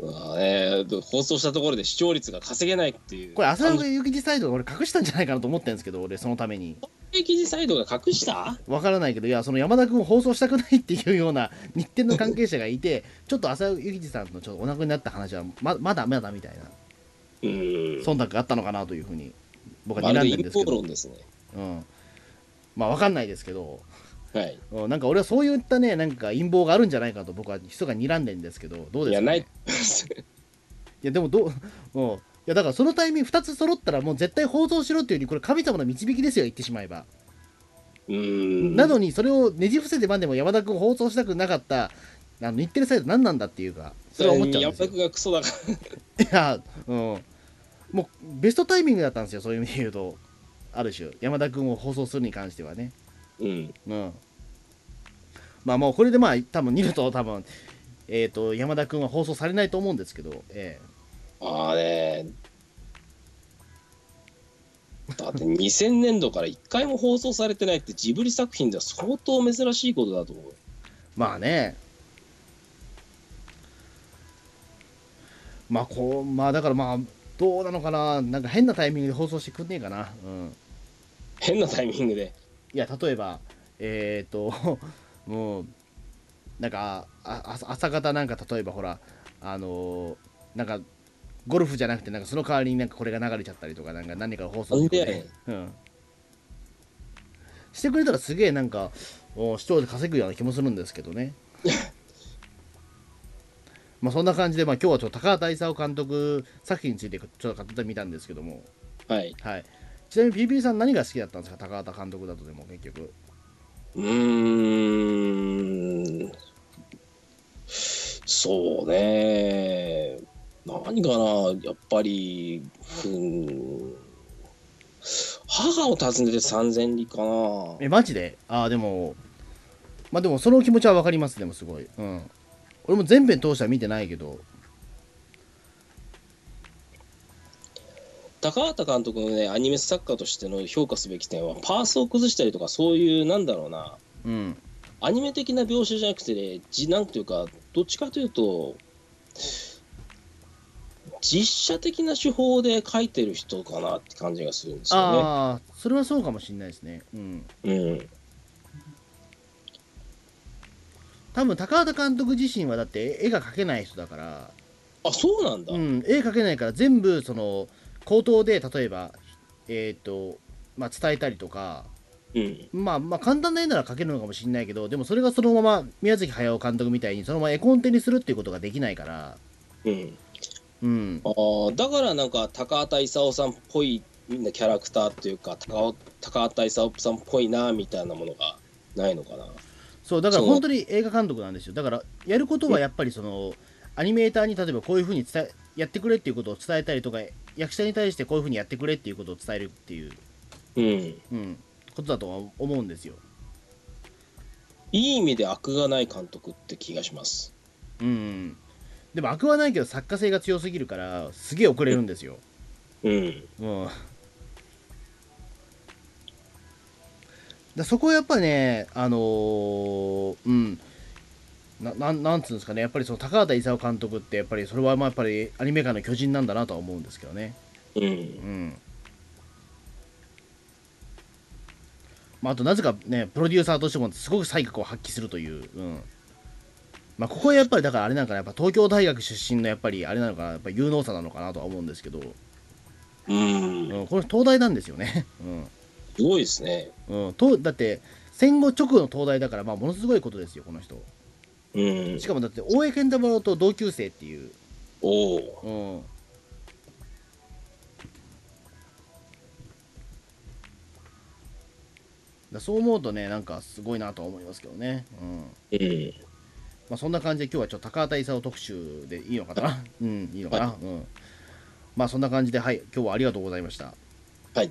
Speaker 3: まあね、放送したところで視聴率が稼げないっていう。
Speaker 2: これ浅
Speaker 3: あ
Speaker 2: 岡幸二サイドが俺隠したんじゃないかなと思ってるんですけど俺そのために
Speaker 3: の記事サイドが隠した
Speaker 2: わからないけどいやその山田君を放送したくないっていうような 日程の関係者がいてちょっと浅岡幸二さんのちょっとお亡くなりになった話はままだまだみたいな
Speaker 3: うん。
Speaker 2: 忖度があったのかなというふうに僕は
Speaker 3: ま
Speaker 2: 睨
Speaker 3: るで
Speaker 2: んでるんです
Speaker 3: 陰
Speaker 2: け
Speaker 3: 謀
Speaker 2: ど
Speaker 3: 論ですね。
Speaker 2: うん、まあわかんないですけど、
Speaker 3: はい。
Speaker 2: うん、なんか俺はそういったねなんか陰謀があるんじゃないかと僕は密かに睨んでるんですけどどうですか、ね、
Speaker 3: いや、ない。
Speaker 2: いやでもどう、うん、いやだからそのタイミング2つ揃ったらもう絶対放送しろっていうよりこれ神様の導きですよ言ってしまえば、
Speaker 3: うん。
Speaker 2: なのにそれをねじ伏せてまでも山田君を放送したくなかったあの言ってるサイト何なんだっていうかそれは思っちゃうん
Speaker 3: 山
Speaker 2: ですよ
Speaker 3: 田君がクソだから
Speaker 2: いや、うん、もうベストタイミングだったんですよそういう意味で言うとある種山田君を放送するに関してはね
Speaker 3: うん
Speaker 2: うんまあもうこれでまあ多分見ると多分えっ、と山田君は放送されないと思うんですけどえ
Speaker 3: ああねだって2000年度から1回も放送されてないってジブリ作品では相当珍しいことだと思う
Speaker 2: えまあねまあこうまあだからまあどうなのかななんか変なタイミングで放送してくんねえかなうん
Speaker 3: 変なタイミングで
Speaker 2: いや例えばえっ、と もうなんかああ朝方なんか例えばほらあのーなんかゴルフじゃなくてなんかその代わりになんかこれが流れちゃったりとかなんか何かを放送してくれうん、してくれたらすげえなんかお視聴で稼ぐような気もするんですけど ねまあそんな感じで、まあ、今日はちょっと高畑勲監督作品についてちょっと語ってみたんですけども
Speaker 3: はい
Speaker 2: はいちなみに PP さん何が好きだったんですか高畑監督だとでも結局
Speaker 3: うーんそうね何かなやっぱりうん母を訪ねて三千里かな
Speaker 2: えマジでああでもまあでもその気持ちは分かりますでもすごいうん俺も全編通しては見てないけど
Speaker 3: 高畑監督のねアニメ作家としての評価すべき点はパースを崩したりとかそういうなんだろうな
Speaker 2: うん
Speaker 3: アニメ的な描写じゃなくてねじなんていうかどっちかというと実写的な手法で描いてる人かなって感じがするんですよね。
Speaker 2: ああそれはそうかもしれないですねうん
Speaker 3: うん、
Speaker 2: 多分高畑監督自身はだって絵が描けない人だから、
Speaker 3: あそうなんだ、
Speaker 2: うん、絵描けないから全部その口頭で例えばえっ、とまあ伝えたりとか
Speaker 3: うん
Speaker 2: まあまあ簡単な絵なら描けるのかもしれないけどでもそれがそのまま宮崎駿監督みたいにそのまま絵コンテにするっていうことができないから
Speaker 3: うん、
Speaker 2: うん
Speaker 3: あーだからなんか高畑勲さんっぽいみんなキャラクターっていうか高尾高畑勲さんっぽいなみたいなものがないのかな。
Speaker 2: そうだから
Speaker 3: そう
Speaker 2: 本当に映画監督なんですよだからやることはやっぱりそのアニメーターに例えばこういうふうに伝えやってくれっていうことを伝えたりとか役者に対してこういうふうにやってくれっていうことを伝えるっていう、
Speaker 3: うん、
Speaker 2: うん、ことだとは思うんですよ
Speaker 3: いい意味で悪がない監督って気がします。
Speaker 2: うんでも悪はないけど作家性が強すぎるからすげえ遅れるんですよ、
Speaker 3: うん
Speaker 2: うん、だそこはやっぱねあのーうんななんなんつうんですかねやっぱりその高畑勲監督ってやっぱりそれはまあやっぱりアニメ界の巨人なんだなとは思うんですけどね
Speaker 3: うん
Speaker 2: うんまあ、あとなぜかねプロデューサーとしてもすごく才覚を発揮するという、うんまあ、ここはやっぱりだからあれなんかなやっぱ東京大学出身のやっぱりあれなのかなやっぱ有能さなのかなとは思うんですけど、
Speaker 3: うん
Speaker 2: うん、この人東大なんですよね、
Speaker 3: すごいですね。
Speaker 2: うんうん、とだって戦後直後の東大だから、まあ、ものすごいことですよこの人
Speaker 3: うん
Speaker 2: し、かもだって大江健太郎と同級生っていう、
Speaker 3: おお、
Speaker 2: うん、だそう思うとねなんかすごいなとは思いますけどね、うん
Speaker 3: うん、
Speaker 2: まあ、そんな感じで今日はちょっと高畑勲特集でいいのかなうんいいのかな、うんまあそんな感じではい今日はありがとうございました
Speaker 3: はい